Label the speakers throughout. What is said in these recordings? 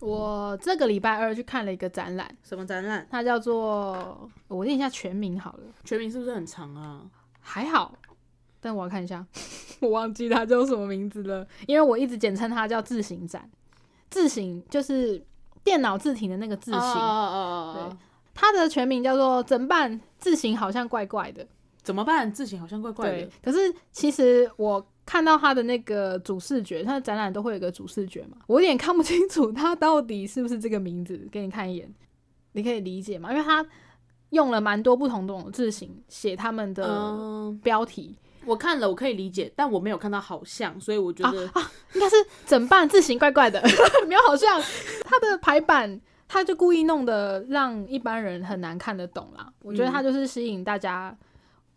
Speaker 1: 我这个礼拜二去看了一个展览，
Speaker 2: 什么展览？
Speaker 1: 它叫做我念一下全名好了，
Speaker 2: 全名是不是很长啊？
Speaker 1: 还好，但我要看一下， 我忘记它叫什么名字了，因为我一直简称它叫字形展。字形就是电脑字体的那个字
Speaker 2: 哦哦
Speaker 1: 形，
Speaker 2: 哦哦哦，
Speaker 1: 它的全名叫做“怎么办”，字形好像怪怪的。
Speaker 2: 怎么办？字形好像怪怪
Speaker 1: 对
Speaker 2: 的。，
Speaker 1: 可是其实我看到他的那个主视觉，他的展览都会有一个主视觉嘛，我有点看不清楚他到底是不是这个名字，给你看一眼，你可以理解吗？因为他用了蛮多不同种字形写他们的
Speaker 2: 嗯，
Speaker 1: 标题，
Speaker 2: 我看了，我可以理解，但我没有看到好像，所以我觉得
Speaker 1: 应该是整半字形怪怪的， 没有好像他的排版。他就故意弄得让一般人很难看得懂啦。我觉得他就是吸引大家，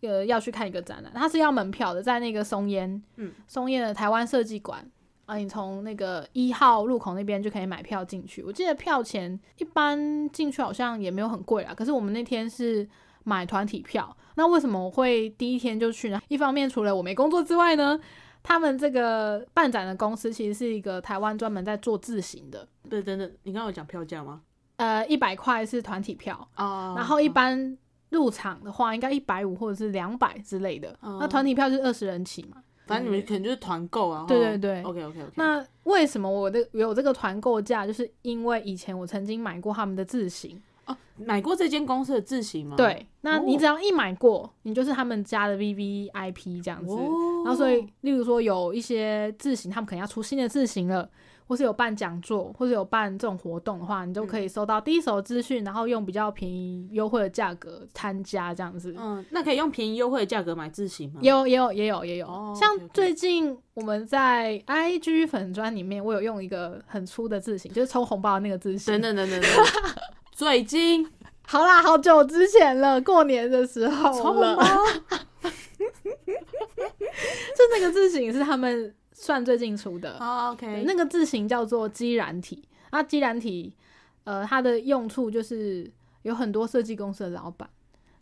Speaker 1: 呃，要去看一个展览。他是要门票的，在那个松烟，
Speaker 2: 嗯，
Speaker 1: 松烟的台湾设计馆啊，你从那个一号入口那边就可以买票进去。我记得票钱一般进去好像也没有很贵啦，可是我们那天是买团体票。那为什么我会第一天就去呢？一方面除了我没工作之外呢，他们这个办展的公司其实是一个台湾专门在做字型的，
Speaker 2: 对，等等，你刚刚有讲票价吗？
Speaker 1: 呃，一百块是团体票，
Speaker 2: 啊
Speaker 1: 然后一般入场的话应该一百五或者是两百之类的。
Speaker 2: 哦
Speaker 1: 那团体票是二十人起嘛？
Speaker 2: 反正你们可能就是团购啊。
Speaker 1: 对对对
Speaker 2: OK OK OK。
Speaker 1: 那为什么我的有这个团购价？就是因为以前我曾经买过他们的字型，
Speaker 2: 哦，买过这间公司的字型吗？
Speaker 1: 对，那你
Speaker 2: 哦
Speaker 1: 只要一买过，你就是他们家的 V V I P 这样子。
Speaker 2: 哦，
Speaker 1: 然后所以，例如说有一些字型，他们可能要出新的字型了，或是有办讲座，或是有办这种活动的话，你就可
Speaker 2: 嗯
Speaker 1: 以收到第一手资讯，然后用比较便宜、优惠的价格参加这样子。
Speaker 2: 嗯，那可以用便宜优惠的价格买字型吗？
Speaker 1: 也有也有也有也有，
Speaker 2: 哦
Speaker 1: 像
Speaker 2: OK，OK
Speaker 1: 最近我们在 IG 粉砖里面，我有用一个很粗的字型，就是抽红包的那个字型
Speaker 2: 等。等等 等等，最近
Speaker 1: 好啦，好久之前了，过年的时候
Speaker 2: 抽红
Speaker 1: 了
Speaker 2: 包，
Speaker 1: 就那个字型是他们算最近出的。
Speaker 2: 哦
Speaker 1: 对
Speaker 2: OK，
Speaker 1: 那个字形叫做基染体。那基染体，呃，它的用处就是有很多设计公司的老板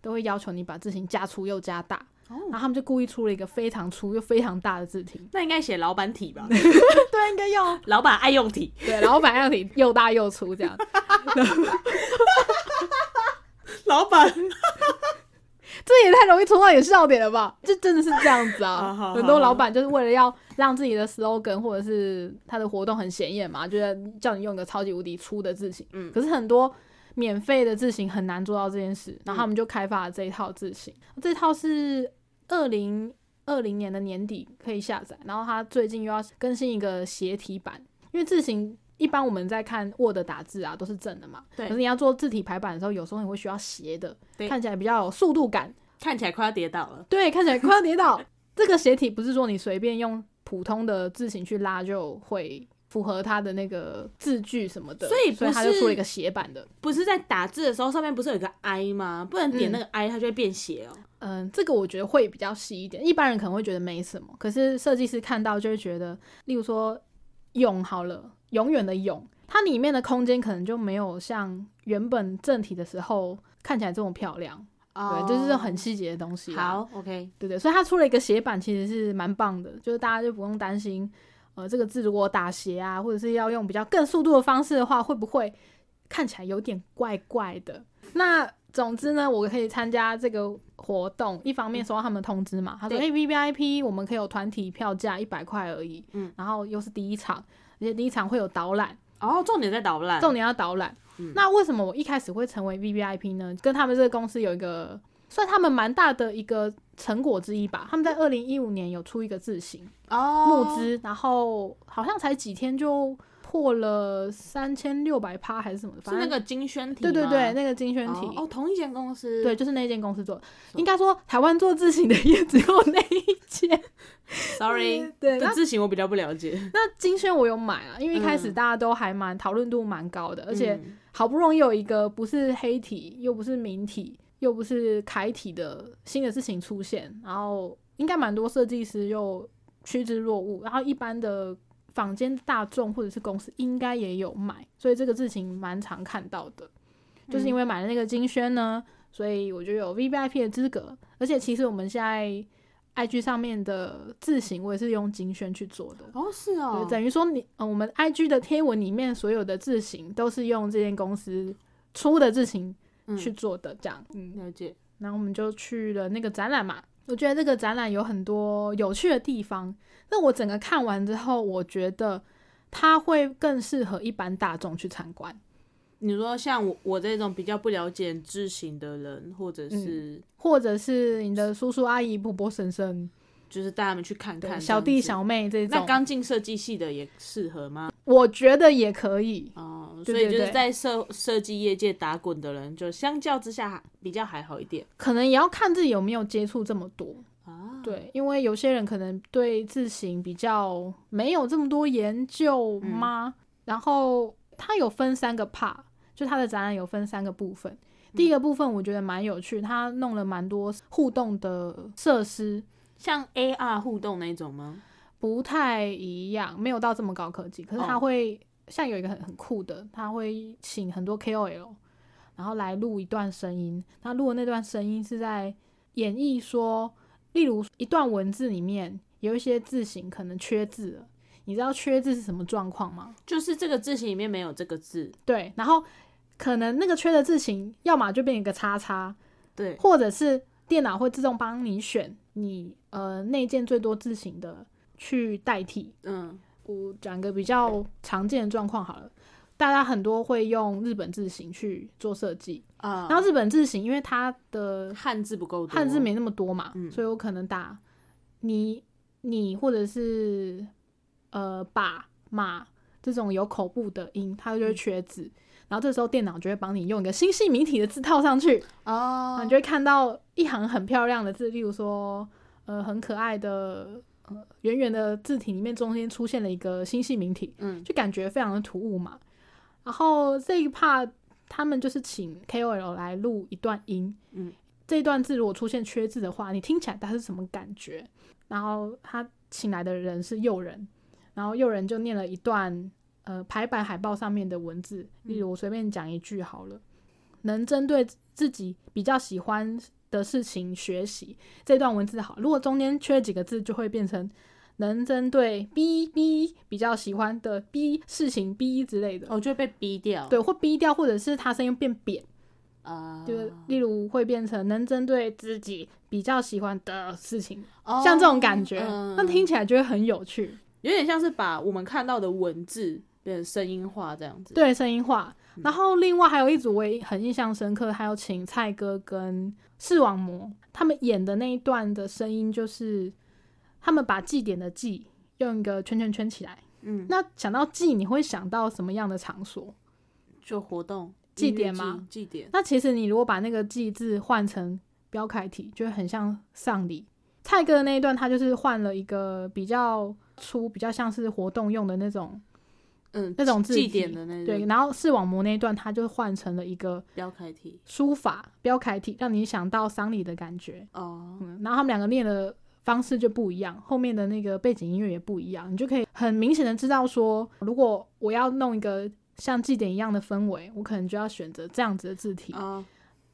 Speaker 1: 都会要求你把字形加粗又加大，然
Speaker 2: 哦，
Speaker 1: 后他们就故意出了一个非常粗又非常大的字体。
Speaker 2: 那应该写老板体吧？
Speaker 1: 对，应该用
Speaker 2: 老板爱用体，
Speaker 1: 对，然后把样体又大又粗这样，
Speaker 2: 老板
Speaker 1: 这也太容易戳到你的笑点了吧？这真的是这样子
Speaker 2: 好好
Speaker 1: 啊，
Speaker 2: 好
Speaker 1: 很多老板就是为了要让自己的 slogan 或者是他的活动很显眼嘛，就是叫你用一个超级无敌粗的字型。
Speaker 2: 嗯
Speaker 1: 可是很多免费的字型很难做到这件
Speaker 2: 嗯
Speaker 1: 事，然后他们就开发了这一套字型，这套是二零二零年的年底可以下载，然后它最近又要更新一个斜体版，因为字型。一般我们在看 Word 打字啊，都是正的嘛。
Speaker 2: 对
Speaker 1: 可是你要做字体排版的时候，有时候你会需要斜的，
Speaker 2: 对
Speaker 1: 看起来比较有速度感。
Speaker 2: 看起来快要跌倒了。
Speaker 1: 对，看起来快要跌倒。这个斜体不是说你随便用普通的字形去拉就会符合它的那个字句什么的，
Speaker 2: 所以不
Speaker 1: 所以它就出了一
Speaker 2: 是
Speaker 1: 个斜版的。
Speaker 2: 不是在打字的时候，上面不是有一个 I 吗？不能点那个 I，它就会变斜哦。
Speaker 1: 嗯，这个我觉得会比较细一点，一般人可能会觉得没什么，可是设计师看到就会觉得，例如说“永”好了，永远的“永”，它里面的空间可能就没有像原本正体的时候看起来这么漂亮，
Speaker 2: 哦
Speaker 1: 对，就是很细啊节的东西。，
Speaker 2: 好，OK，
Speaker 1: 对对，所以它出了一个斜版，其实是蛮棒的，就是大家就不用担心，呃，这个字如果打斜啊，或者是要用比较更速度的方式的话，会不会看起来有点怪怪的？那总之呢，我可以参加这个活动，一方面收到他们通知嘛，他说
Speaker 2: 嗯对
Speaker 1: A V V I P 我们可以有团体票价一百块而已，
Speaker 2: 嗯，
Speaker 1: 然后又是第一场，而且第一场会有导览，
Speaker 2: 哦，重点在导览，
Speaker 1: 重点要导览。
Speaker 2: 嗯
Speaker 1: 那为什么我一开始会成为 V V I P 呢？跟他们这个公司有一个算他们蛮大的一个成果之一吧。他们在二零一五年有出一个字型
Speaker 2: 哦，
Speaker 1: 募资，然后好像才几天就破了三千六百趴还是什么，反
Speaker 2: 是那
Speaker 1: 正
Speaker 2: 个金宣体吗，
Speaker 1: 对对对，那个精选
Speaker 2: 哦
Speaker 1: 体。
Speaker 2: 哦，同一间公司，
Speaker 1: 对，就是那间公司做的，应该说台湾做字型的也只有那一 间。
Speaker 2: ，Sorry，
Speaker 1: 对，
Speaker 2: 这字型我比较不了解，
Speaker 1: 那金轩我有买啊，因为一开始
Speaker 2: 嗯
Speaker 1: 大家都还蛮讨论度蛮高的，而且
Speaker 2: 嗯
Speaker 1: 好不容易有一个不是黑体，又不是明体，又不是楷体的新的事情出现，然后应该蛮多设计师又趋之若鹜，然后一般的坊间大众或者是公司应该也有买，所以这个事情蛮常看到的。就是
Speaker 2: 嗯
Speaker 1: 因为买了那个金轩呢，所以我就有 V V I P 的资格，而且其实我们现在。 IG 上面的字型，我也是用精选去做的。
Speaker 2: 哦，是
Speaker 1: 对，
Speaker 2: 哦，
Speaker 1: 等于说你呃，我们 IG 的贴文里面所有的字型都是用这间公司出的字型
Speaker 2: 嗯
Speaker 1: 去做的，这样。嗯，
Speaker 2: 了解，
Speaker 1: 然后我们就去了那个展览嘛。我觉得这个展览有很多有趣的地方。那我整个看完之后，我觉得它会更适合一般大众去参观，
Speaker 2: 你说像我我这种比较不了解字形的人，或者是
Speaker 1: 或者是你的叔叔阿姨、伯伯婶婶、
Speaker 2: 就是带他们去看
Speaker 1: 对
Speaker 2: 看
Speaker 1: 小弟
Speaker 2: 这样
Speaker 1: 小妹这
Speaker 2: 子。那
Speaker 1: 种，
Speaker 2: 刚进设计系的也适合吗？
Speaker 1: 我觉得也可以。
Speaker 2: 哦，
Speaker 1: 对
Speaker 2: 所以
Speaker 1: 对
Speaker 2: 就是
Speaker 1: 对
Speaker 2: 在设设计业界打滚的人，就相较之下还比较还好一点
Speaker 1: 可能也要看自己有没有接触这么多。
Speaker 2: 啊。
Speaker 1: 哦对，因为有些人可能对字形比较没有这么多研究吗？然后它有分三个 part，就它的展览有分三个部分。第一个部分我觉得蛮有趣，它弄了蛮多互动的设施，
Speaker 2: 像 AR 互动那种吗？
Speaker 1: 不太一样，没有到这么高科技。可是它
Speaker 2: 哦
Speaker 1: 会、像有一个很很酷的，它会请很多 KOL，然后来录一段声音。他录的那段声音是在演绎说，例如一段文字里面有一些字形可能缺字了，你知道缺字是什么状况吗？
Speaker 2: 就是这个字形里面没有这个字，
Speaker 1: 对，然后可能那个缺的字形，要么就变一个叉叉，
Speaker 2: 对，
Speaker 1: 或者是电脑会自动帮你选你呃内建最多字形的去代替。
Speaker 2: 嗯，
Speaker 1: 我讲个比较常见的状况好了，大家很多会用日本字形去做设计，
Speaker 2: 啊，
Speaker 1: 然后日本字形因为它的
Speaker 2: 汉字不够多，
Speaker 1: 汉字没那么多嘛，
Speaker 2: 嗯
Speaker 1: 所以我可能打你你或者是呃把马这种有口部的音，它就会缺字，
Speaker 2: 嗯
Speaker 1: 然后这时候电脑就会帮你用一个新细明体的字套上去，然后
Speaker 2: 哦
Speaker 1: 你，就会看到一行很漂亮的字，例如说，呃，很可爱的，呃，圆圆的字体里面中间出现了一个星系名体，
Speaker 2: 嗯，
Speaker 1: 就感觉非常的突兀嘛。然后这一 part 他们就是请 KOL 来录一段音，
Speaker 2: 嗯，
Speaker 1: 这一段字如果出现缺字的话，你听起来它是什么感觉？然后他请来的人是诱人，然后诱人就念了一段呃排版海报上面的文字，
Speaker 2: 嗯
Speaker 1: 例如我随便讲一句好了，能针对自己比较喜欢的事情学习这段文字好，如果中间缺几个字，就会变成能针对 B B 比较喜欢的 B 事情 B 之类的，
Speaker 2: 哦，就会被逼掉，
Speaker 1: 对，或 B 掉，或者是它声音变扁，
Speaker 2: 啊，
Speaker 1: 就是例如会变成能针对自己比较喜欢的事情，
Speaker 2: 哦
Speaker 1: 像这种感觉，
Speaker 2: 嗯
Speaker 1: 那听起来就会很有趣。
Speaker 2: 有点像是把我们看到的文字变成声音化这样子。，嗯
Speaker 1: 对，声音化。然后另外还有一组我也很印象深刻，还有请蔡哥跟视网膜他们演的那一段的声音，就是他们把祭典的祭用一个圈圈圈起来。
Speaker 2: 嗯，
Speaker 1: 那想到祭，你会想到什么样的场所？
Speaker 2: 就活动
Speaker 1: 祭
Speaker 2: 音乐
Speaker 1: 典吗
Speaker 2: 祭？祭典
Speaker 1: 那其实你如果把那个祭字换成标楷体，就会很像丧礼。蔡哥的那一段，他就是换了一个比较粗、比较像是活动用的那种，
Speaker 2: 嗯，
Speaker 1: 那种字
Speaker 2: 祭
Speaker 1: 体
Speaker 2: 典的那
Speaker 1: 对。
Speaker 2: 种
Speaker 1: 然后视网膜那一段，他就换成了一个
Speaker 2: 标楷体
Speaker 1: 书法标楷体，让你想到丧礼的感觉。
Speaker 2: 哦，
Speaker 1: 嗯，然后他们两个念的方式就不一样，后面的那个背景音乐也不一样，你就可以很明显的知道说，如果我要弄一个像祭典一样的氛围，我可能就要选择这样子的字体。
Speaker 2: 啊，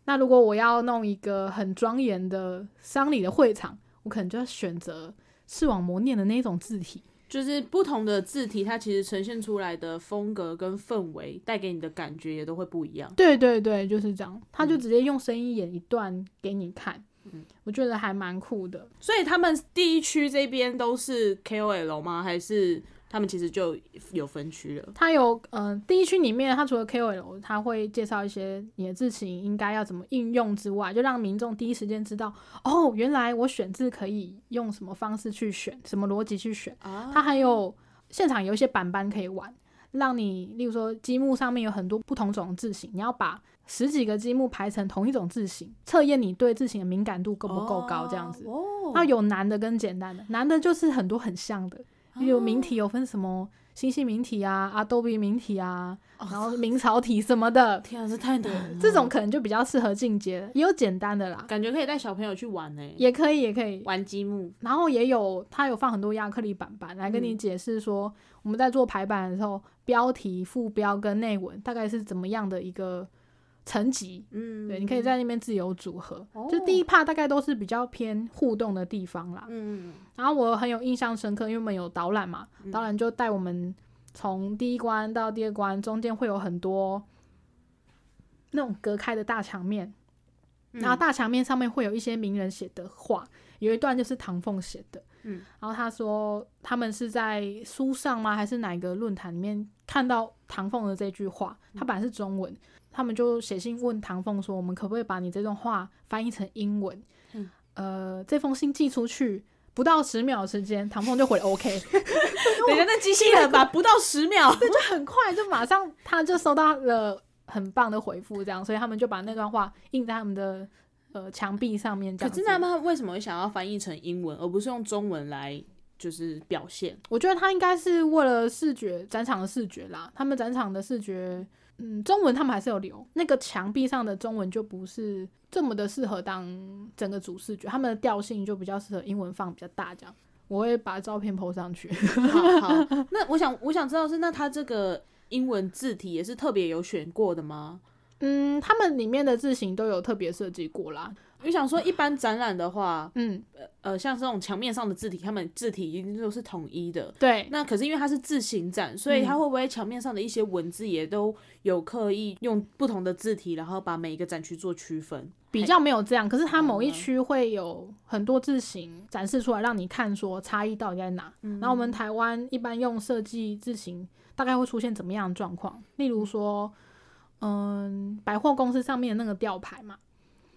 Speaker 1: 那如果我要弄一个很庄严的丧礼的会场，我可能就要选择视网膜念的那种字体。
Speaker 2: 就是不同的字体，它其实呈现出来的风格跟氛围带给你的感觉也都会不一样。
Speaker 1: 对对对，就是这样。他就直接用声音演一段给你看，
Speaker 2: 嗯
Speaker 1: 我觉得还蛮酷的。
Speaker 2: 所以他们第一区这边都是 KOL 吗？还是他们其实就有分区了？
Speaker 1: 它有呃第一区里面，它除了 KOL，它会介绍一些你的字型应该要怎么应用之外，就让民众第一时间知道哦，原来我选字可以用什么方式去选，什么逻辑去选。
Speaker 2: 啊
Speaker 1: 它还有现场有一些板板可以玩，让你例如说积木上面有很多不同种字型，你要把十几个积木排成同一种字型，测验你对字型的敏感度够不够高，这样子。
Speaker 2: 哦，
Speaker 1: 那有难的跟简单的，难的就是很多很像的，例
Speaker 2: 哦
Speaker 1: 如明体有分什么星系明体啊、阿多比明体啊，
Speaker 2: 哦
Speaker 1: 然后明朝体什么的，
Speaker 2: 天啊，这太难了，
Speaker 1: 这种可能就比较适合进阶，也有简单的啦，
Speaker 2: 感觉可以带小朋友去玩呢、
Speaker 1: 也可以，也可以。
Speaker 2: 玩积木。
Speaker 1: 然后也有他有放很多亚克力板板来跟
Speaker 2: 嗯
Speaker 1: 你解释说，我们在做排版的时候，标题、副标跟内文大概是怎么样的一个层级，
Speaker 2: 嗯，
Speaker 1: 对，你可以在那边自由组合。
Speaker 2: 哦
Speaker 1: 就第一趴大概都是比较偏互动的地方啦。
Speaker 2: 嗯，
Speaker 1: 然后我很有印象深刻，因为我们有导览嘛，导览就带我们从第一关到第二关，中间会有很多那种隔开的大墙面，
Speaker 2: 嗯
Speaker 1: 然后大墙面上面会有一些名人写的话，有一段就是唐凤写的，
Speaker 2: 嗯，
Speaker 1: 然后他说他们是在书上吗，还是哪个论坛里面看到唐凤的这句话，他
Speaker 2: 嗯
Speaker 1: 本来是中文，他们就写信问唐凤说，我们可不可以把你这段话翻译成英文？
Speaker 2: 嗯
Speaker 1: 呃，这封信寄出去不到十秒的时间，唐凤就回了 OK，
Speaker 2: 等一下那机器人吧，不到十秒，
Speaker 1: 对，就很快就马上他就收到了很棒的回复，这样，所以他们就把那段话印在他们的呃墙壁上面，这
Speaker 2: 可
Speaker 1: 样子。
Speaker 2: 是他们为什么会想要翻译成英文，而不是用中文来就是表现？
Speaker 1: 我觉得他应该是为了视觉展场的视觉啦，他们展场的视觉，嗯，中文他们还是有留，那个墙壁上的中文就不是这么的适合当整个主视觉，他们的调性就比较适合英文放比较大这样。我会把照片 PO 上去，
Speaker 2: 好，好，那我想我想知道是那他这个英文字体也是特别有选过的吗？
Speaker 1: 嗯，他们里面的字型都有特别设计过啦，
Speaker 2: 我想说，一般展览的话，
Speaker 1: 嗯，
Speaker 2: 呃，像这种墙面上的字体，他们字体一定都是统一的。
Speaker 1: 对，
Speaker 2: 那可是因为它是自行展，所以它会不会墙面上的一些文字也都有刻意用不同的字体，然后把每一个展区做区分？
Speaker 1: 比较没有这样，可是它某一
Speaker 2: 嗯
Speaker 1: 区会有很多字型展示出来，让你看说差异到底在哪。
Speaker 2: 嗯
Speaker 1: 然后我们台湾一般用设计字型，大概会出现怎么样的状况？例如说，嗯，百货公司上面的那个吊牌嘛，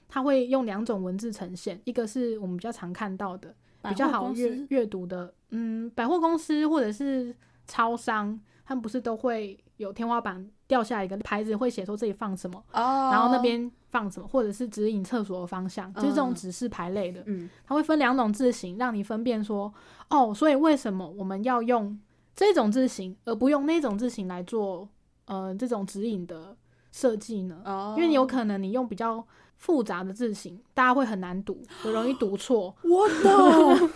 Speaker 1: 它会用两种文字呈现，一个是我们比较常看到的，比较
Speaker 2: 百货
Speaker 1: 好
Speaker 2: 公
Speaker 1: 阅
Speaker 2: 司
Speaker 1: 阅读的，嗯，百货公司或者是超商，他们不是都会有天花板掉下来一个牌子，会写说这里放什么。
Speaker 2: 哦
Speaker 1: 然后那边放什么，或者是指引厕所的方向，就是这
Speaker 2: 嗯
Speaker 1: 种指示牌类的，
Speaker 2: 嗯
Speaker 1: 它会分两种字形，让你分辨说，哦，所以为什么我们要用这种字形，而不用那种字形来做，呃，这种指引的设计呢？
Speaker 2: 哦
Speaker 1: 因为有可能你用比较复杂的字形，大家会很难读，很容易读错。
Speaker 2: 我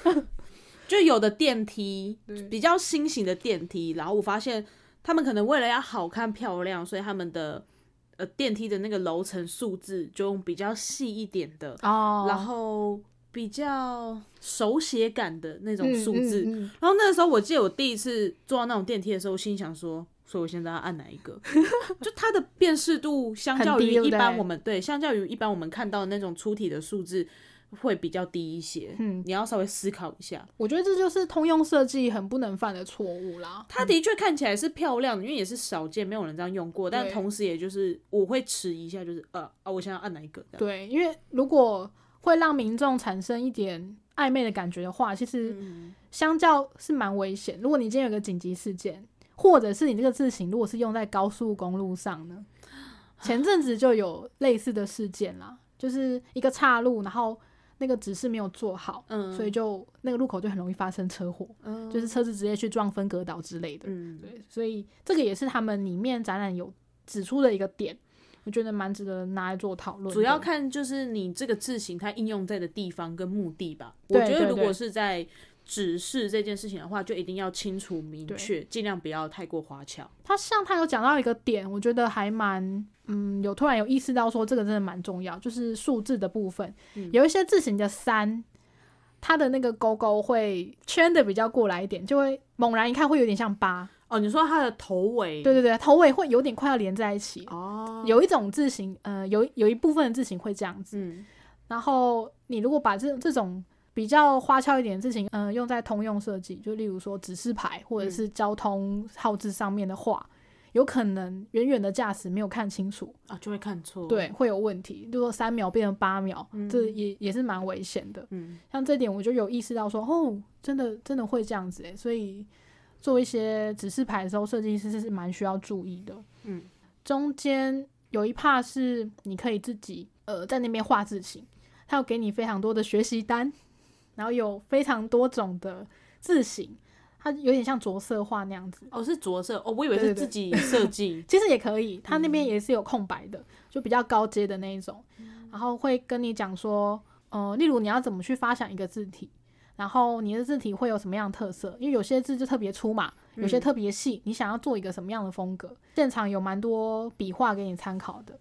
Speaker 2: 懂， 就有的电梯
Speaker 1: 对
Speaker 2: 比较新型的电梯，然后我发现他们可能为了要好看漂亮，所以他们的呃电梯的那个楼层数字就用比较细一点的，
Speaker 1: 哦，
Speaker 2: 然后比较手写感的那种数字。
Speaker 1: 嗯嗯嗯
Speaker 2: 然后那时候我记得我第一次坐到那种电梯的时候，我心里想说。所以我现在要按哪一个？ 就它的辨识度，相较
Speaker 1: 很低
Speaker 2: 于
Speaker 1: 对不
Speaker 2: 一
Speaker 1: 对
Speaker 2: 般我们对，相较于一般我们看到的那种出体的数字，会比较低一些。
Speaker 1: 嗯
Speaker 2: 你要稍微思考一下。
Speaker 1: 我觉得这就是通用设计很不能犯的错误啦。
Speaker 2: 它的确看起来是漂亮的，因为也是少见，没有人这样用过。但
Speaker 1: 对
Speaker 2: 同时，也就是我会迟疑一下，就是呃啊，我现在要按哪一个？这样
Speaker 1: 对，因为如果会让民众产生一点暧昧的感觉的话，其实
Speaker 2: 嗯
Speaker 1: 相较是蛮危险。如果你今天有个紧急事件，或者是你这个字型如果是用在高速公路上呢，前阵子就有类似的事件啦，就是一个岔路，然后那个指示没有做好，
Speaker 2: 嗯，
Speaker 1: 所以就那个路口就很容易发生车祸，
Speaker 2: 嗯
Speaker 1: 就是车子直接去撞分隔岛之类的。
Speaker 2: 嗯，
Speaker 1: 对，所以这个也是他们里面展览有指出的一个点，我觉得蛮值得拿来做讨论的。
Speaker 2: 主要看就是你这个字形它应用在的地方跟目的吧。我
Speaker 1: 对
Speaker 2: 觉
Speaker 1: 对
Speaker 2: 得如
Speaker 1: 对
Speaker 2: 果是在指示这件事情的话，就一定要清楚明
Speaker 1: 对
Speaker 2: 确，尽量不要太过花俏。
Speaker 1: 他像他有讲到一个点，我觉得还蛮嗯，有突然有意识到说这个真的蛮重要，就是数字的部分，
Speaker 2: 嗯
Speaker 1: 有一些字形的三，它的那个勾勾会圈的比较过来一点，就会猛然一看会有点像八，
Speaker 2: 哦，你说它的头尾
Speaker 1: 对对对，头尾会有点快要连在一起。
Speaker 2: 哦，
Speaker 1: 有一种字形，呃，有有一部分的字形会这样子。
Speaker 2: 嗯
Speaker 1: 然后你如果把这这种比较花俏一点的字形，嗯、用在通用设计，就例如说指示牌或者是交通号志上面的话，有可能远远的驾驶没有看清楚，
Speaker 2: 啊，就会看错。，
Speaker 1: 对，会有问题。就说三秒变成八秒，这也也是蛮危险的。
Speaker 2: 嗯，
Speaker 1: 像这点我就有意识到说，哦，真的真的会这样子诶，欸所以做一些指示牌的时候，设计师是蛮需要注意的。
Speaker 2: 嗯，
Speaker 1: 中间有一 part 是你可以自己呃在那边画字型，它有给你非常多的学习单，然后有非常多种的字型，它有点像着色画那样子。
Speaker 2: 哦，是着色哦，我以为
Speaker 1: 对对。
Speaker 2: 是自己设计
Speaker 1: 其实也可以，它那边也是有空白的，就比较高阶的那一种，然后会跟你讲说，呃，例如你要怎么去发想一个字体，然后你的字体会有什么样的特色，因为有些字就特别粗嘛，有些特别细，你想要做一个什么样的风格，现场有蛮多笔画给你参考的，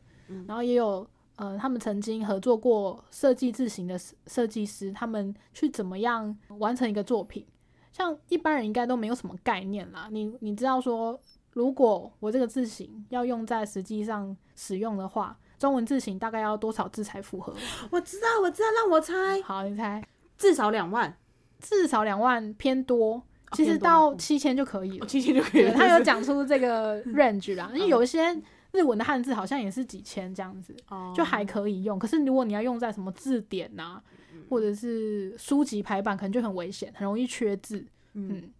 Speaker 1: 然后也有呃，他们曾经合作过设计字型的设设计师，他们去怎么样完成一个作品。像一般人应该都没有什么概念啦，你你知道说，如果我这个字型要用在实际上使用的话，中文字型大概要多少字才符合？
Speaker 2: 我知
Speaker 1: 啊
Speaker 2: 道，我知道，让我猜，
Speaker 1: 好，你猜，
Speaker 2: 至少两万，
Speaker 1: 至少两万偏多，其实
Speaker 2: 偏多
Speaker 1: 到
Speaker 2: 嗯
Speaker 1: 七千就可以了
Speaker 2: 我。七千就可以
Speaker 1: 对，
Speaker 2: 了。
Speaker 1: 他有
Speaker 2: 是嗯
Speaker 1: 讲出这 个 range 啦，因为有一些日文的汉字好像也是几千这样子，
Speaker 2: 哦
Speaker 1: 就还可以用。可是如果你要用在什么字典呐、
Speaker 2: 嗯
Speaker 1: 或者是书籍排版，可能就很危险，很容易缺字。
Speaker 2: 嗯
Speaker 1: 嗯，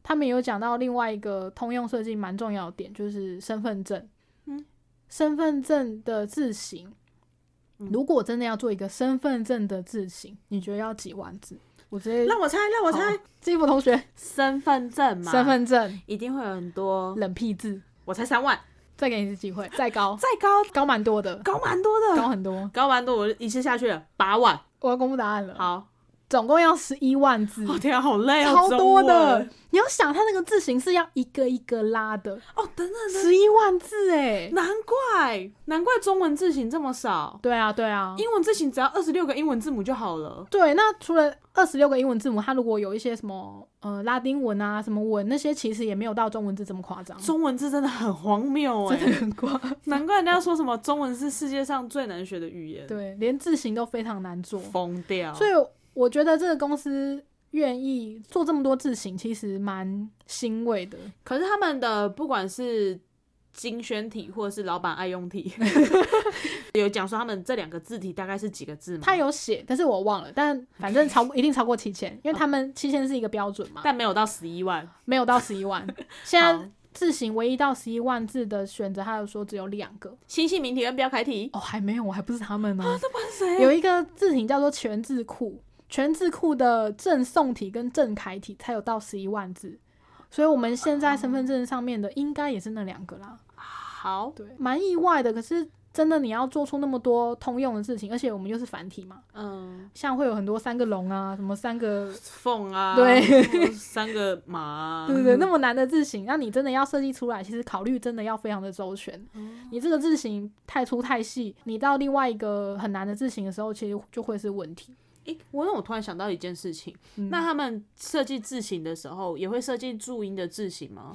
Speaker 1: 他们也有讲到另外一个通用设计蛮重要的点，就是身份证。
Speaker 2: 嗯，
Speaker 1: 身份证的字型，
Speaker 2: 嗯
Speaker 1: 如果真的要做一个身份证的字型，你觉得要几万字？我直接
Speaker 2: 让我猜，让我猜，，
Speaker 1: 基辅同学，
Speaker 2: 哦身份嗯证嘛，
Speaker 1: 身份证
Speaker 2: 一定会有很多。
Speaker 1: 冷僻字，
Speaker 2: 我才三万，
Speaker 1: 再给你一次 机会，再高，
Speaker 2: 再高
Speaker 1: 高蛮多的，
Speaker 2: 高蛮多的，
Speaker 1: 高很多。
Speaker 2: 高蛮多，我一次下去了八万。
Speaker 1: 我要公布答案了，，
Speaker 2: 好，
Speaker 1: 总共要十一万字。
Speaker 2: 哦天啊，好累哦，
Speaker 1: 超多的
Speaker 2: 中文。，
Speaker 1: 你要想它那个字形是要一个一个拉的，
Speaker 2: 哦，等等等
Speaker 1: 十一万字哎、
Speaker 2: 等，难怪难怪中文字形这么少，
Speaker 1: 对啊，对啊，
Speaker 2: 英文字形只要二十六个英文字母就好了。
Speaker 1: 对，那除了二十六个英文字母，它如果有一些什么呃拉丁文啊、什么文那些，其实也没有到中文字这么夸张，
Speaker 2: 中文字真的很荒谬哎、
Speaker 1: 真的很夸。
Speaker 2: 难怪人家说什么中文是世界上最难学的语言，
Speaker 1: 对，连字形都非常难做，
Speaker 2: 疯掉。
Speaker 1: 所以我觉得这个公司愿意做这么多字形，其实蛮欣慰的。
Speaker 2: 可是他们的不管是精选体或者是老板爱 用体，有讲说他们这两个字体大概是几个字吗？
Speaker 1: 他有写，但是我忘了，但反正超过一定超过七千，因为他们七千是一个标准嘛，
Speaker 2: 但没有到十一万。
Speaker 1: 没有到十一万。现
Speaker 2: 好
Speaker 1: 在字形唯一到十一万字的选择，他有说只有两个
Speaker 2: 新系名体跟标楷体，
Speaker 1: 哦，还没有，我还不是他们呢、
Speaker 2: 那不是谁？
Speaker 1: 有一个字体叫做全字库，全字库的正宋体跟正楷体才有到十一万字，所以我们现在身份证上面的应该也是那两个啦。
Speaker 2: 好，
Speaker 1: 对，蛮意外的，可是真的你要做出那么多通用的事情，而且我们又是繁体嘛，
Speaker 2: 嗯，
Speaker 1: 像会有很多三个龙啊，什么三个。
Speaker 2: 凤啊，
Speaker 1: 对，
Speaker 2: 三个马 啊，
Speaker 1: 对对对，那么难的字形，那你真的要设计出来，其实考虑真的要非常的周全。你这个字形太粗太细，你到另外一个很难的字形的时候，其实就会是问题。
Speaker 2: 诶，我那我突然想到一件事情，
Speaker 1: 嗯
Speaker 2: 那他们设计字型的时候，也会设计注音的字型吗？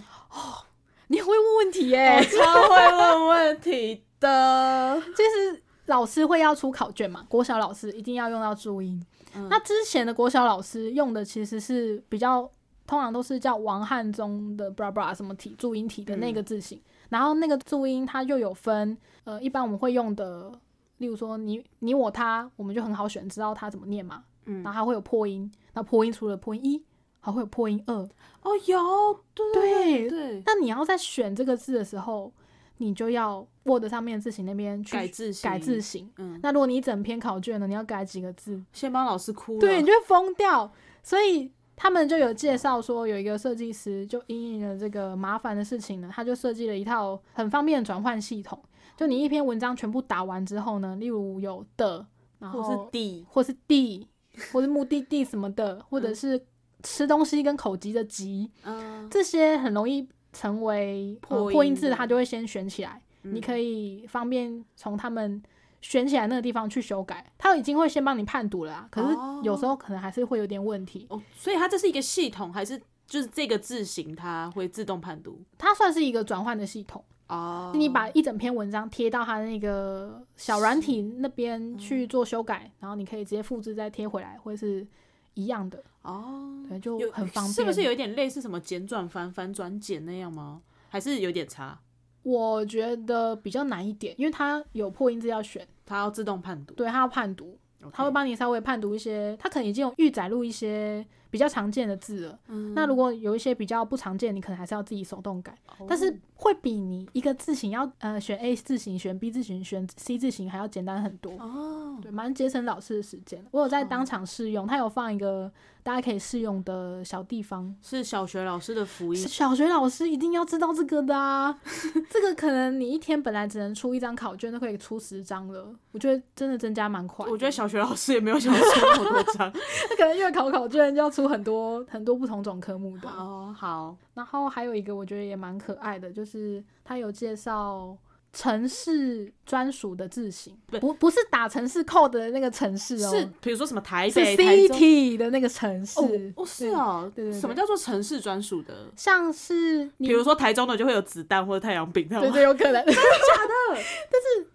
Speaker 1: 你很会问问题耶、
Speaker 2: 超会问问题的。
Speaker 1: 其实老师会要出考卷嘛，国小老师一定要用到注音。
Speaker 2: 嗯
Speaker 1: 那之前的国小老师用的其实是比较，通常都是叫王汉宗的 bra bra 什么体注音体的那个字形，然后那个注音它又有分，呃，一般我们会用的，例如说你你我他，我们就很好选，知道它怎么念嘛。
Speaker 2: 嗯
Speaker 1: 然后它会有破音，那破音除了破音一，还会有破音二。
Speaker 2: 哦，有，对
Speaker 1: 对
Speaker 2: 对，
Speaker 1: 那你要在选这个字的时候，你就要 Word 上面的字形那边去
Speaker 2: 改字型
Speaker 1: 改字型。
Speaker 2: 嗯，
Speaker 1: 那如果你一整篇考卷呢，你要改几个字，
Speaker 2: 先帮老师哭了。
Speaker 1: 对，你就会疯掉。所以他们就有介绍说，有一个设计师就因应了这个麻烦的事情呢，他就设计了一套很方便的转换系统。就你一篇文章全部打完之后呢，例如有的，然
Speaker 2: 或
Speaker 1: 后
Speaker 2: 是地，
Speaker 1: 或是地，或是目的地什么的，或者是吃东西跟口级的级，
Speaker 2: 嗯，
Speaker 1: 这些很容易成为呃
Speaker 2: 破
Speaker 1: 破
Speaker 2: 音
Speaker 1: 音字，
Speaker 2: 的
Speaker 1: 它就会先选起来。你可
Speaker 2: 以
Speaker 1: 以方便从他们选起来那个地方去修改，他已经会先帮你判读了啊。可是
Speaker 2: 哦
Speaker 1: 有时候可能还是会有点问题。
Speaker 2: 哦，所以它这是一个系统，还是就是这个字型它会自动判读？
Speaker 1: 它算是一个转换的系统，
Speaker 2: 哦，
Speaker 1: 你把一整篇文章贴到它那个小软体那边
Speaker 2: 嗯
Speaker 1: 去做修改，然后你可以直接复制再贴回来，会是一样的，
Speaker 2: 哦，
Speaker 1: 对，就
Speaker 2: 有
Speaker 1: 很方便。
Speaker 2: 是不是？有一点类似什么简转繁、繁转简那样吗？还是有点差？
Speaker 1: 我觉得比较难一点，因为它有破音字要选，
Speaker 2: 它要自动判读，
Speaker 1: 对，它要判读。他会
Speaker 2: OK
Speaker 1: 帮你稍微判读一些，他可能已经有预载入一些比较常见的字了。
Speaker 2: 嗯
Speaker 1: 那如果有一些比较不常见，你可能还是要自己手动改，但
Speaker 2: 哦
Speaker 1: 是会比你一个字形要呃选 A 字形、选 B 字形、选 C 字形还要简单很多。
Speaker 2: 哦，
Speaker 1: 对，蛮节省老师的时间。我有在当场试用，他有放一个大家可以试用的小地方。
Speaker 2: 是小学老师的福音，
Speaker 1: 小学老师一定要知道这个的啊！ 这个可能你一天本来只能出一张考卷，都可以出十张了。我觉得真的增加蛮快的。
Speaker 2: 我觉得小学老师也没有想出那么多张。
Speaker 1: 可能因为考考卷就要出很多很多不同种科目的。
Speaker 2: 哦，好，
Speaker 1: 然后还有一个我觉得也蛮可爱的，就是他有介绍城市专属的字型，
Speaker 2: 不
Speaker 1: 不不是打城市扣的那个城市哦，
Speaker 2: 是比如说什么台
Speaker 1: 是
Speaker 2: 北、台中
Speaker 1: city 的那个城市。
Speaker 2: 哦哦是哦，
Speaker 1: 对对对
Speaker 2: 什么叫做城市专属的？
Speaker 1: 像是你
Speaker 2: 比如说台中的就会有子弹或者太阳饼那
Speaker 1: 对
Speaker 2: 种，
Speaker 1: 对，有可能，
Speaker 2: 假的？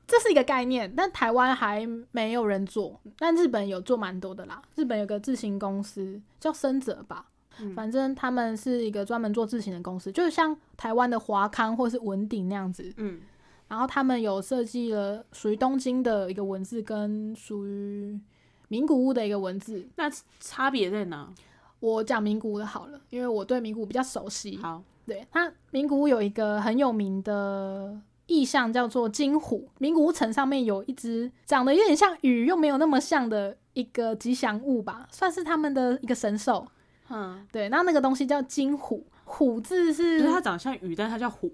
Speaker 1: 这是一个概念，但台湾还没有人做，但日本有做蛮多的啦。日本有个自行公司叫森泽吧，
Speaker 2: 嗯
Speaker 1: 反正他们是一个专门做自行的公司，就是像台湾的华康或是文鼎那样子。
Speaker 2: 嗯，
Speaker 1: 然后他们有设计了属于东京的一个文字，跟属于名古屋的一个文字。
Speaker 2: 那差别在哪？
Speaker 1: 我讲名古屋的好了，因为我对名古屋比较熟悉。
Speaker 2: 好，
Speaker 1: 对，它名古屋有一个很有名的意象叫做金虎。名古屋城上面有一只长得有点像鱼又没有那么像的一个吉祥物吧，算是他们的一个神兽。
Speaker 2: 嗯，
Speaker 1: 对，那那个东西叫金虎，虎字
Speaker 2: 就是是它长得像鱼，但它叫虎。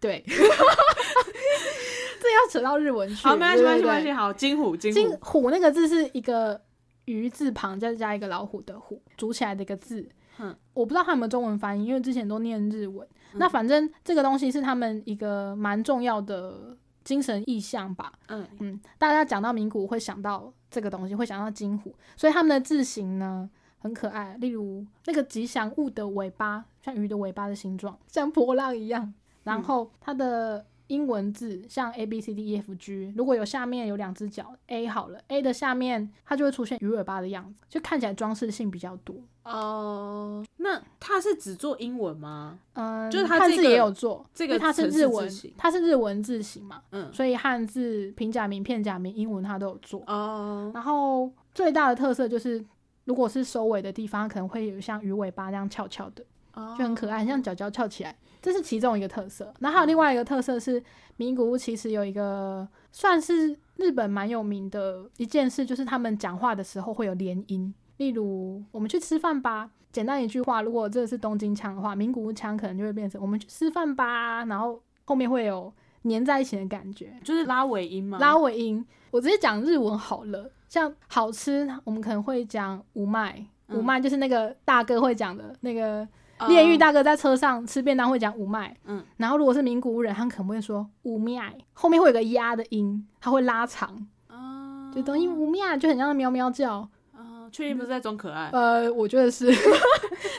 Speaker 1: 对， 这要扯到日文去。
Speaker 2: 好，没关
Speaker 1: 对
Speaker 2: 系，没关系，
Speaker 1: 对
Speaker 2: 没
Speaker 1: 对
Speaker 2: 关系。好，金虎，金
Speaker 1: 金
Speaker 2: 虎，
Speaker 1: 虎那个字是一个鱼字旁，再加一个老虎的虎，组起来的一个字。
Speaker 2: 嗯，
Speaker 1: 我不知道它有没有中文翻译，因为之前都念日文。
Speaker 2: 嗯
Speaker 1: 那反正这个东西是他们一个蛮重要的精神意象吧。
Speaker 2: 嗯，
Speaker 1: 嗯，大家讲到名古屋会想到这个东西，会想到金虎，所以他们的字形呢很可爱，例如那个吉祥物的尾巴像鱼的尾巴的形状，像波浪一
Speaker 2: 嗯
Speaker 1: 样。然后它的英文字像 A B C D E F G，如果有下面有两只脚 A 好了，A 的下面它就会出现鱼尾巴的样子，就看起来装饰性比较多。
Speaker 2: 哦，那它是只做英文吗？
Speaker 1: 嗯，
Speaker 2: 就是它
Speaker 1: 汉
Speaker 2: 这
Speaker 1: 字
Speaker 2: 个
Speaker 1: 也有做，
Speaker 2: 这
Speaker 1: 因为
Speaker 2: 个
Speaker 1: 它是
Speaker 2: 城市
Speaker 1: 日
Speaker 2: 字
Speaker 1: 文
Speaker 2: 型，
Speaker 1: 它是日文字形嘛，
Speaker 2: 嗯，
Speaker 1: 所以汉字、平假名、片假名、英文它都有做。
Speaker 2: 哦，
Speaker 1: 然后最大的特色就是，如果是收尾的地方，可能会有像鱼尾巴那样翘翘的，
Speaker 2: 就
Speaker 1: 就很可爱，很像脚脚翘起来，这是其中一个特色。那还有另外一个特色是，名古屋其实有一个算是日本蛮有名的一件事，就是他们讲话的时候会有连音，例如我们去吃饭吧。简单一句话，如果这是东京腔的话，名古屋腔可能就会变成“我们去吃饭吧”，然后后面会有粘在一起的感觉。
Speaker 2: 就是拉尾音吗？
Speaker 1: 拉尾音，我直接讲日文好了。像好吃，我们可能会讲无麦，
Speaker 2: 嗯
Speaker 1: 无麦就是那个大哥会讲的那个
Speaker 2: 哦
Speaker 1: 炼狱大哥在车上吃便当会讲无麦，
Speaker 2: 嗯，
Speaker 1: 然后如果是名古屋人，他们可能会说无麦，后面会有个呀的音，他会拉长，
Speaker 2: 啊，
Speaker 1: 就等于无麦就很像喵喵叫。
Speaker 2: 啊，确定不是在装可爱？
Speaker 1: 呃，我觉得是，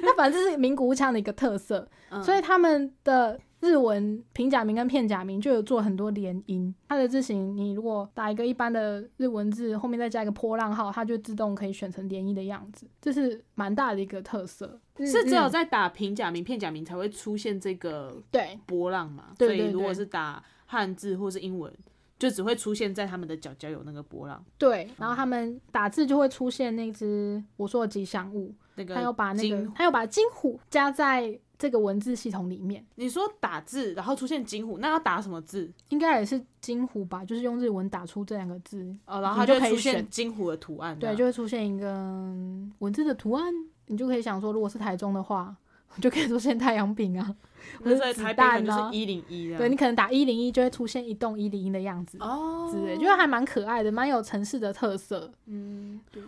Speaker 1: 那反正这是名古屋腔的一个特色，
Speaker 2: 嗯
Speaker 1: 所以他们的日文平假名跟片假名就有做很多连音。它的字形，你如果打一个一般的日文字，后面再加一个波浪号，它就自动可以选成连音的样子，这是蛮大的一个特色。
Speaker 2: 是只有
Speaker 1: 嗯
Speaker 2: 在打平假名、片假名才会出现这个
Speaker 1: 对
Speaker 2: 波浪嘛？
Speaker 1: 对
Speaker 2: 所以
Speaker 1: 对
Speaker 2: 如果
Speaker 1: 对
Speaker 2: 是打汉字或是英文，就只会出现在他们的脚脚有那个波浪，
Speaker 1: 对，然后他们打字就会出现那只我说的吉祥物，
Speaker 2: 那个
Speaker 1: 他要把那
Speaker 2: 金
Speaker 1: 个他要把金虎加在这个文字系统里面。
Speaker 2: 你说打字，然后出现金虎，那要打什么字？
Speaker 1: 应该也是金虎吧，就是用日文打出这两个字，
Speaker 2: 哦，然
Speaker 1: 你
Speaker 2: 后它
Speaker 1: 就可
Speaker 2: 会
Speaker 1: 以
Speaker 2: 出
Speaker 1: 选
Speaker 2: 现金虎的图案。
Speaker 1: 对，就会出现一个嗯文字的图案，你就可以想说，如果是台中的话，就可以出现太阳饼啊。
Speaker 2: 那所以台北可能
Speaker 1: 子弹啊
Speaker 2: 就是一零一
Speaker 1: 对你可能打一零一就会出现一栋一零一的样子
Speaker 2: 哦
Speaker 1: 之类，就是还蛮可爱的，蛮有城市的特色。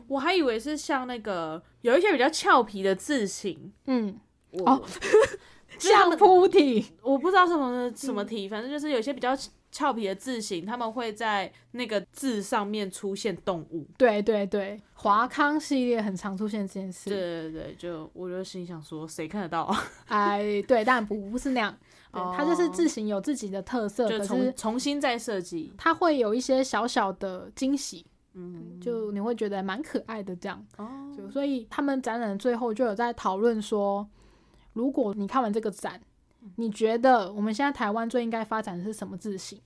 Speaker 2: 我还以为是像那个有一些比较俏皮的字形，
Speaker 1: 嗯，
Speaker 2: 我、
Speaker 1: 哦
Speaker 2: 就是他
Speaker 1: 像
Speaker 2: 们
Speaker 1: 铺体，
Speaker 2: 我不知道什么什么题，反正就是有一些比较俏皮的字形，他们会在那个字上面出现动物。
Speaker 1: 对对对，华康系列很常出现这件
Speaker 2: 对
Speaker 1: 事。
Speaker 2: 对对，就我就心想说，谁看得到啊？
Speaker 1: 哎，对，但不不是那样，对
Speaker 2: 哦
Speaker 1: 它就是字形有自己的特色，
Speaker 2: 就
Speaker 1: 可
Speaker 2: 重
Speaker 1: 是
Speaker 2: 重新再设计。
Speaker 1: 它会有一些小小的惊喜，
Speaker 2: 嗯，
Speaker 1: 就你会觉得蛮可爱的这样。
Speaker 2: 哦，
Speaker 1: 就所以他们展览最后就有在讨论说，如果你看完这个展，你觉得我们现在台湾最应该发展的是什么字型？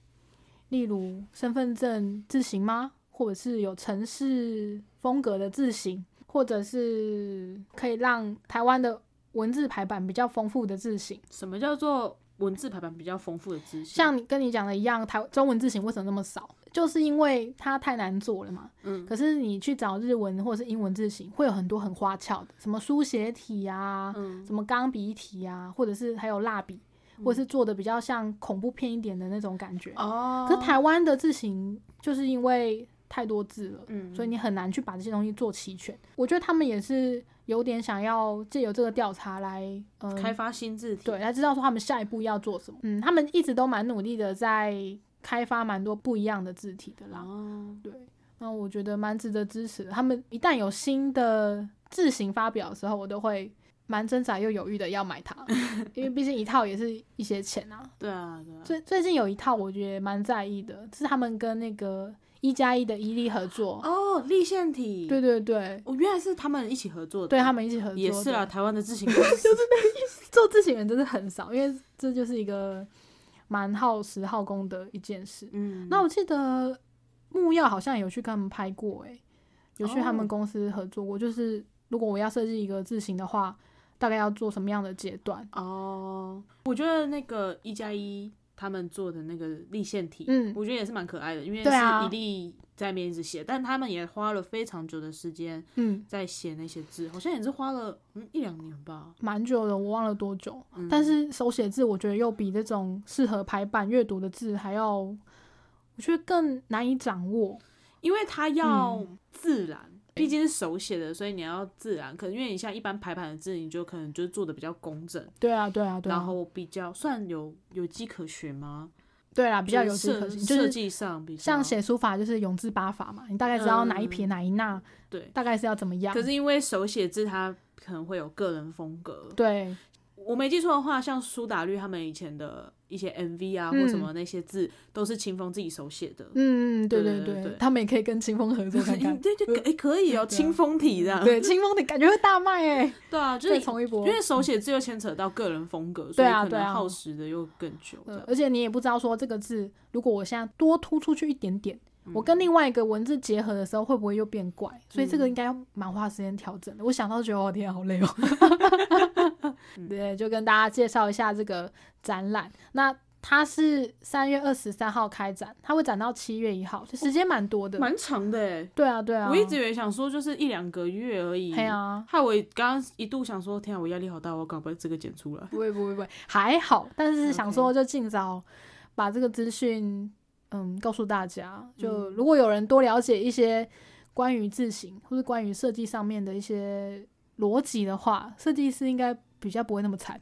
Speaker 1: 例如身份证字型吗？或者是有城市风格的字型，或者是可以让台湾的文字排版比较丰富的字型？
Speaker 2: 什么叫做文字排版比较丰富的字形？
Speaker 1: 像你跟你讲的一样，台中文字型为什么那么少？就是因为它太难做了嘛。
Speaker 2: 嗯
Speaker 1: 可是你去找日文或者是英文字型，会有很多很花俏的，什么书写体啊，
Speaker 2: 嗯
Speaker 1: 什么钢笔体啊，或者是还有蜡笔，或者是做的比较像恐怖片一点的那种感觉。
Speaker 2: 嗯哦
Speaker 1: 可是台湾的字型就是因为太多字了，
Speaker 2: 嗯
Speaker 1: 所以你很难去把这些东西做齐全。我觉得他们也是有点想要借由这个调查来，嗯、
Speaker 2: 开发新字体。
Speaker 1: 对，他知道说他们下一步要做什么。嗯，他们一直都蛮努力的在开发蛮多不一样的字体的啦。
Speaker 2: 哦，
Speaker 1: 对，那我觉得蛮值得支持的。他们一旦有新的字型发表的时候，我都会蛮挣扎又犹豫的要买它， 因为毕竟一套也是一些钱啊。
Speaker 2: 对啊，对啊，
Speaker 1: 最最近有一套我觉得蛮在意的，是他们跟那个一加一的伊利合作。
Speaker 2: 哦，立线体，
Speaker 1: 对，对对，
Speaker 2: 我原来是他们一起合作的，
Speaker 1: 对他们一起合作
Speaker 2: 也是啊
Speaker 1: 的
Speaker 2: 啦，台湾的 自行公司
Speaker 1: 做自己人真的很少，因为这就是一个蛮耗时耗工的一件事。
Speaker 2: 嗯，
Speaker 1: 那我记得木曜好像有去跟他们拍过、欸，有去他们
Speaker 2: 哦
Speaker 1: 公司合作过。就是如果我要设计一个字型的话，大概要做什么样的阶段？
Speaker 2: 哦，我觉得那个一加一他们做的那个立线体，
Speaker 1: 嗯
Speaker 2: 我觉得也是蛮可爱的，因为
Speaker 1: 对啊
Speaker 2: 是一粒在面一直写，但他们也花了非常久的时间
Speaker 1: 嗯，
Speaker 2: 在写那些字，好像也是花了嗯一两年吧。
Speaker 1: 蛮久的，我忘了多久。
Speaker 2: 嗯
Speaker 1: 但是手写字，我觉得又比这种适合排版阅读的字还要，我觉得更难以掌握。
Speaker 2: 因为它要
Speaker 1: 嗯
Speaker 2: 自然，毕竟是手写的，所以你要自然。可能因为你像一般排版的字，你就可能就做的比较工整，
Speaker 1: 对啊，对啊，对
Speaker 2: 然
Speaker 1: 啊，
Speaker 2: 后比较算有有迹可循吗？
Speaker 1: 对啦，比较有
Speaker 2: 就是
Speaker 1: 迹可
Speaker 2: 设
Speaker 1: 循，就
Speaker 2: 设
Speaker 1: 是
Speaker 2: 计上比较
Speaker 1: 像写书法就是永字八法嘛，你大概知道哪一撇哪一捺，
Speaker 2: 对。
Speaker 1: 大概是要怎么样
Speaker 2: 可。是因为手写字，它可能会有个人风格。
Speaker 1: 对，
Speaker 2: 我没记错的话，像苏打绿他们以前的一些 MV 啊，或
Speaker 1: 嗯
Speaker 2: 什么那些字，都是清风自己手写的。
Speaker 1: 嗯，嗯对
Speaker 2: 对对
Speaker 1: 对
Speaker 2: 对。
Speaker 1: 他们也可以跟清风合作看看
Speaker 2: 对，就 可诶可以
Speaker 1: 对啊
Speaker 2: 哦，清风体这样。
Speaker 1: 对，清风的感觉会大卖哎，
Speaker 2: 对啊， 就
Speaker 1: 再
Speaker 2: 是
Speaker 1: 冲一波
Speaker 2: 因。为手写字又牵扯到个人风格，所
Speaker 1: 对
Speaker 2: 以
Speaker 1: 啊
Speaker 2: 可
Speaker 1: 对啊
Speaker 2: 能耗时的又更久。这
Speaker 1: 呃
Speaker 2: 样
Speaker 1: 而且你也不知道说这个字，如果我现在多突出去一点点，
Speaker 2: 嗯
Speaker 1: 我跟另外一个文字结合的时候，会不会又变怪？所以这个应该要蛮花时间调整的。我想到就觉得哦天啊，好累哦。
Speaker 2: 嗯
Speaker 1: 对，就跟大家介绍一下这个展览。那它是三月二十三号开展，它会展到七月一号，就时间蛮多的。
Speaker 2: 蛮长的哎、
Speaker 1: 对啊，对啊。
Speaker 2: 我一直以为想说就是一两个月而已。
Speaker 1: 嘿啊，
Speaker 2: 害我刚刚一度想说，天啊，我压力好大，我赶快这个剪出来。
Speaker 1: 不会不会不会，还好，但是想
Speaker 2: OK
Speaker 1: 说就尽早把这个资讯，嗯，告诉大家。
Speaker 2: 嗯
Speaker 1: 就如果有人多了解一些关于字形或是关于设计上面的一些逻辑的话，设计师应该比较不会那么惨，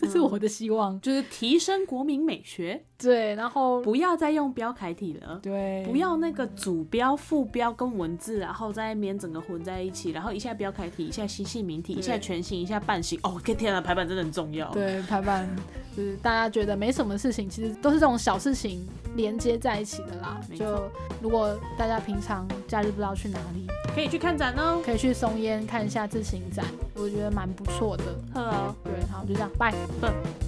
Speaker 1: 这
Speaker 2: 嗯
Speaker 1: 是我的希望。
Speaker 2: 就是提升国民美学，
Speaker 1: 对，然后
Speaker 2: 不要再用标楷体了。
Speaker 1: 对，
Speaker 2: 不要那个主标、副标跟文字，然后在那边整个混在一起，然后一下标楷体，一下西系明体，
Speaker 1: 对
Speaker 2: 一下全形，一下半形。哦，跟天啊，排版真的很重要。，
Speaker 1: 对排版，就是大家觉得没什么事情，其实都是这种小事情连接在一起的啦。
Speaker 2: 没
Speaker 1: 就
Speaker 2: 错
Speaker 1: 如果大家平常假日不知道去哪里，
Speaker 2: 可以去看展哦。
Speaker 1: 可以去松烟看一下自行展，我觉得蛮不错的。
Speaker 2: Hello。
Speaker 1: 对，好，就这样，拜。
Speaker 2: 嗯